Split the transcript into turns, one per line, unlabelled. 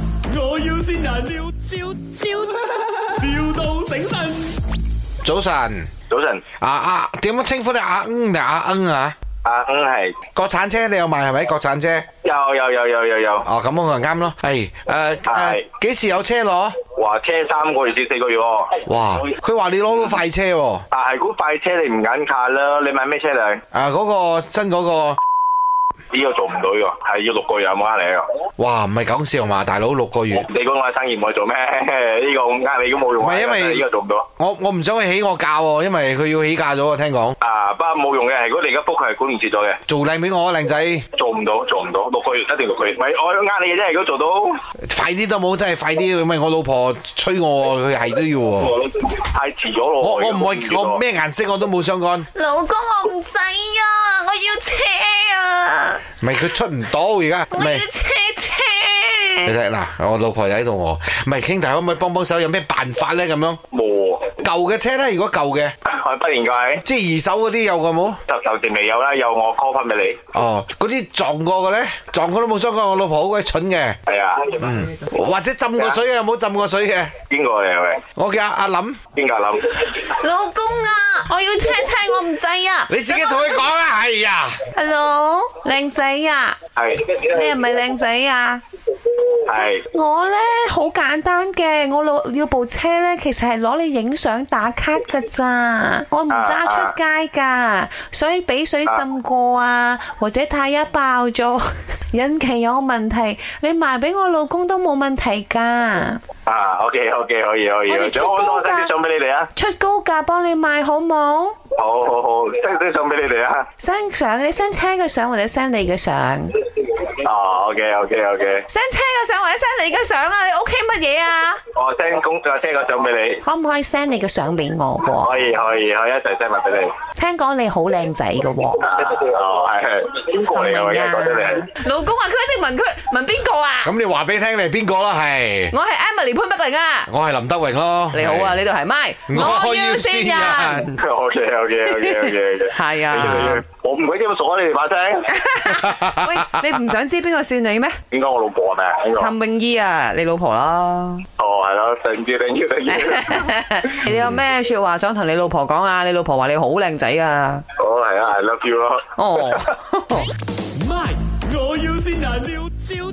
要先人，笑笑笑，, 笑到醒神。
早晨，
早晨，
啊啊，點樣稱呼你阿嗯定阿嗯啊？
阿嗯係
國產車你有賣係咪？國產車，
有有有有有有，
哦咁我就啱咯。係誒誒
係，
幾時有車攞？
話車三個月至四個月喎。
哇！佢話你攞到快車喎，
但係估快車你唔揀卡啦，你買咩車嚟？
啊嗰個真嗰個，
呢個做唔到㗎，係要六個月有冇呃你啊？
哇唔係講笑嘛，大佬六個月。
你講我生意唔可以做咩？ 呢個我呃你都冇用
唔
啊。
係因為
呢個做唔到。
我我唔想佢起我價喎，因為佢要起價咗啊！聽講
啊，不過冇用嘅，如果你而家 book 佢係管唔切咗嘅，
做靚俾我啊，靚仔，
做唔到，做唔到，六個月一定六個月。咪我呃你嘅啫，如果做
哦
到
快啲都冇，真係快啲！咪我老婆催我，佢係都要喎。
太遲咗咯。
我我唔
如
係
果
我
管切咗
咩顏色我都冇相干，
老公，我唔制啊！我要車啊！
唔係佢出唔到而家，唔
我
係。
要車
你
車。
睇嗱，我老婆又喺度我，唔係兄弟可唔可以幫幫手？有咩辦法咧？咁樣
冇喎，
舊嘅車咧，如果舊嘅，
我不然解
即係二手嗰啲有個冇？
就就前未有啦，有我 call 翻俾你。
哦，嗰啲撞過嘅咧，撞過都冇相干。我老婆好鬼蠢嘅，
係啊，
嗯或者浸過水嘅，有冇浸過水嘅？
邊個嚟啊喂？
我叫阿阿林，
邊個諗？
老公啊，我要車車，我唔制啊
你自己同佢講啊，係啊，
！Hello，靚仔啊，
係
你係咪靚仔啊？
係
我呢，好簡單嘅，我攞要部車呢，其實係攞嚟影相打卡㗎咋，我唔揸出街㗎，所以俾水浸過啊，或者太一爆咗，引擎有問題，你賣俾我老公都冇問題㗎。
啊，OK À, OK，可以可以。
我哋出高
我
價
啲相俾你哋啊，
出高價幫你賣好冇？
好好好，即啲相俾你哋啊。
send 相，你 send 車嘅相或者 send 你嘅相，send
哦，OK Ờ, OK OK，
車嘅相或者 send 你嘅相啊！你 OK 乜嘢啊？
我 send 公再 send 個相俾你，
可唔可以 send 你嘅相俾我喎？
可以可以，可以一齊 send 埋俾你。
聽講你好靚仔嘅喎，
啊哦，係係，邊個嚟㗎？我而家覺得你係
老公啊，佢一直問佢問邊個啊？
咁你話俾聽你係邊個啦？係，
我係 Emily 潘碧玲啊！
我係林德榮咯。
你好啊，
係
呢度係咪？我要先人。
OK OK OK OK OK。
係啊，
我唔鬼知咁熟啊！你哋把聲，
喂，你唔想知邊個算你咩？
應該我老婆係咪啊？應該
譚詠依啊，你老婆啦。
哦，係咯，thank you，thank you，thank you。
你有咩說話想同你老婆講啊？你老婆話你好靚仔啊。Oh.
哦，係啊，I love you 咯。
哦。
My，我要先人，笑笑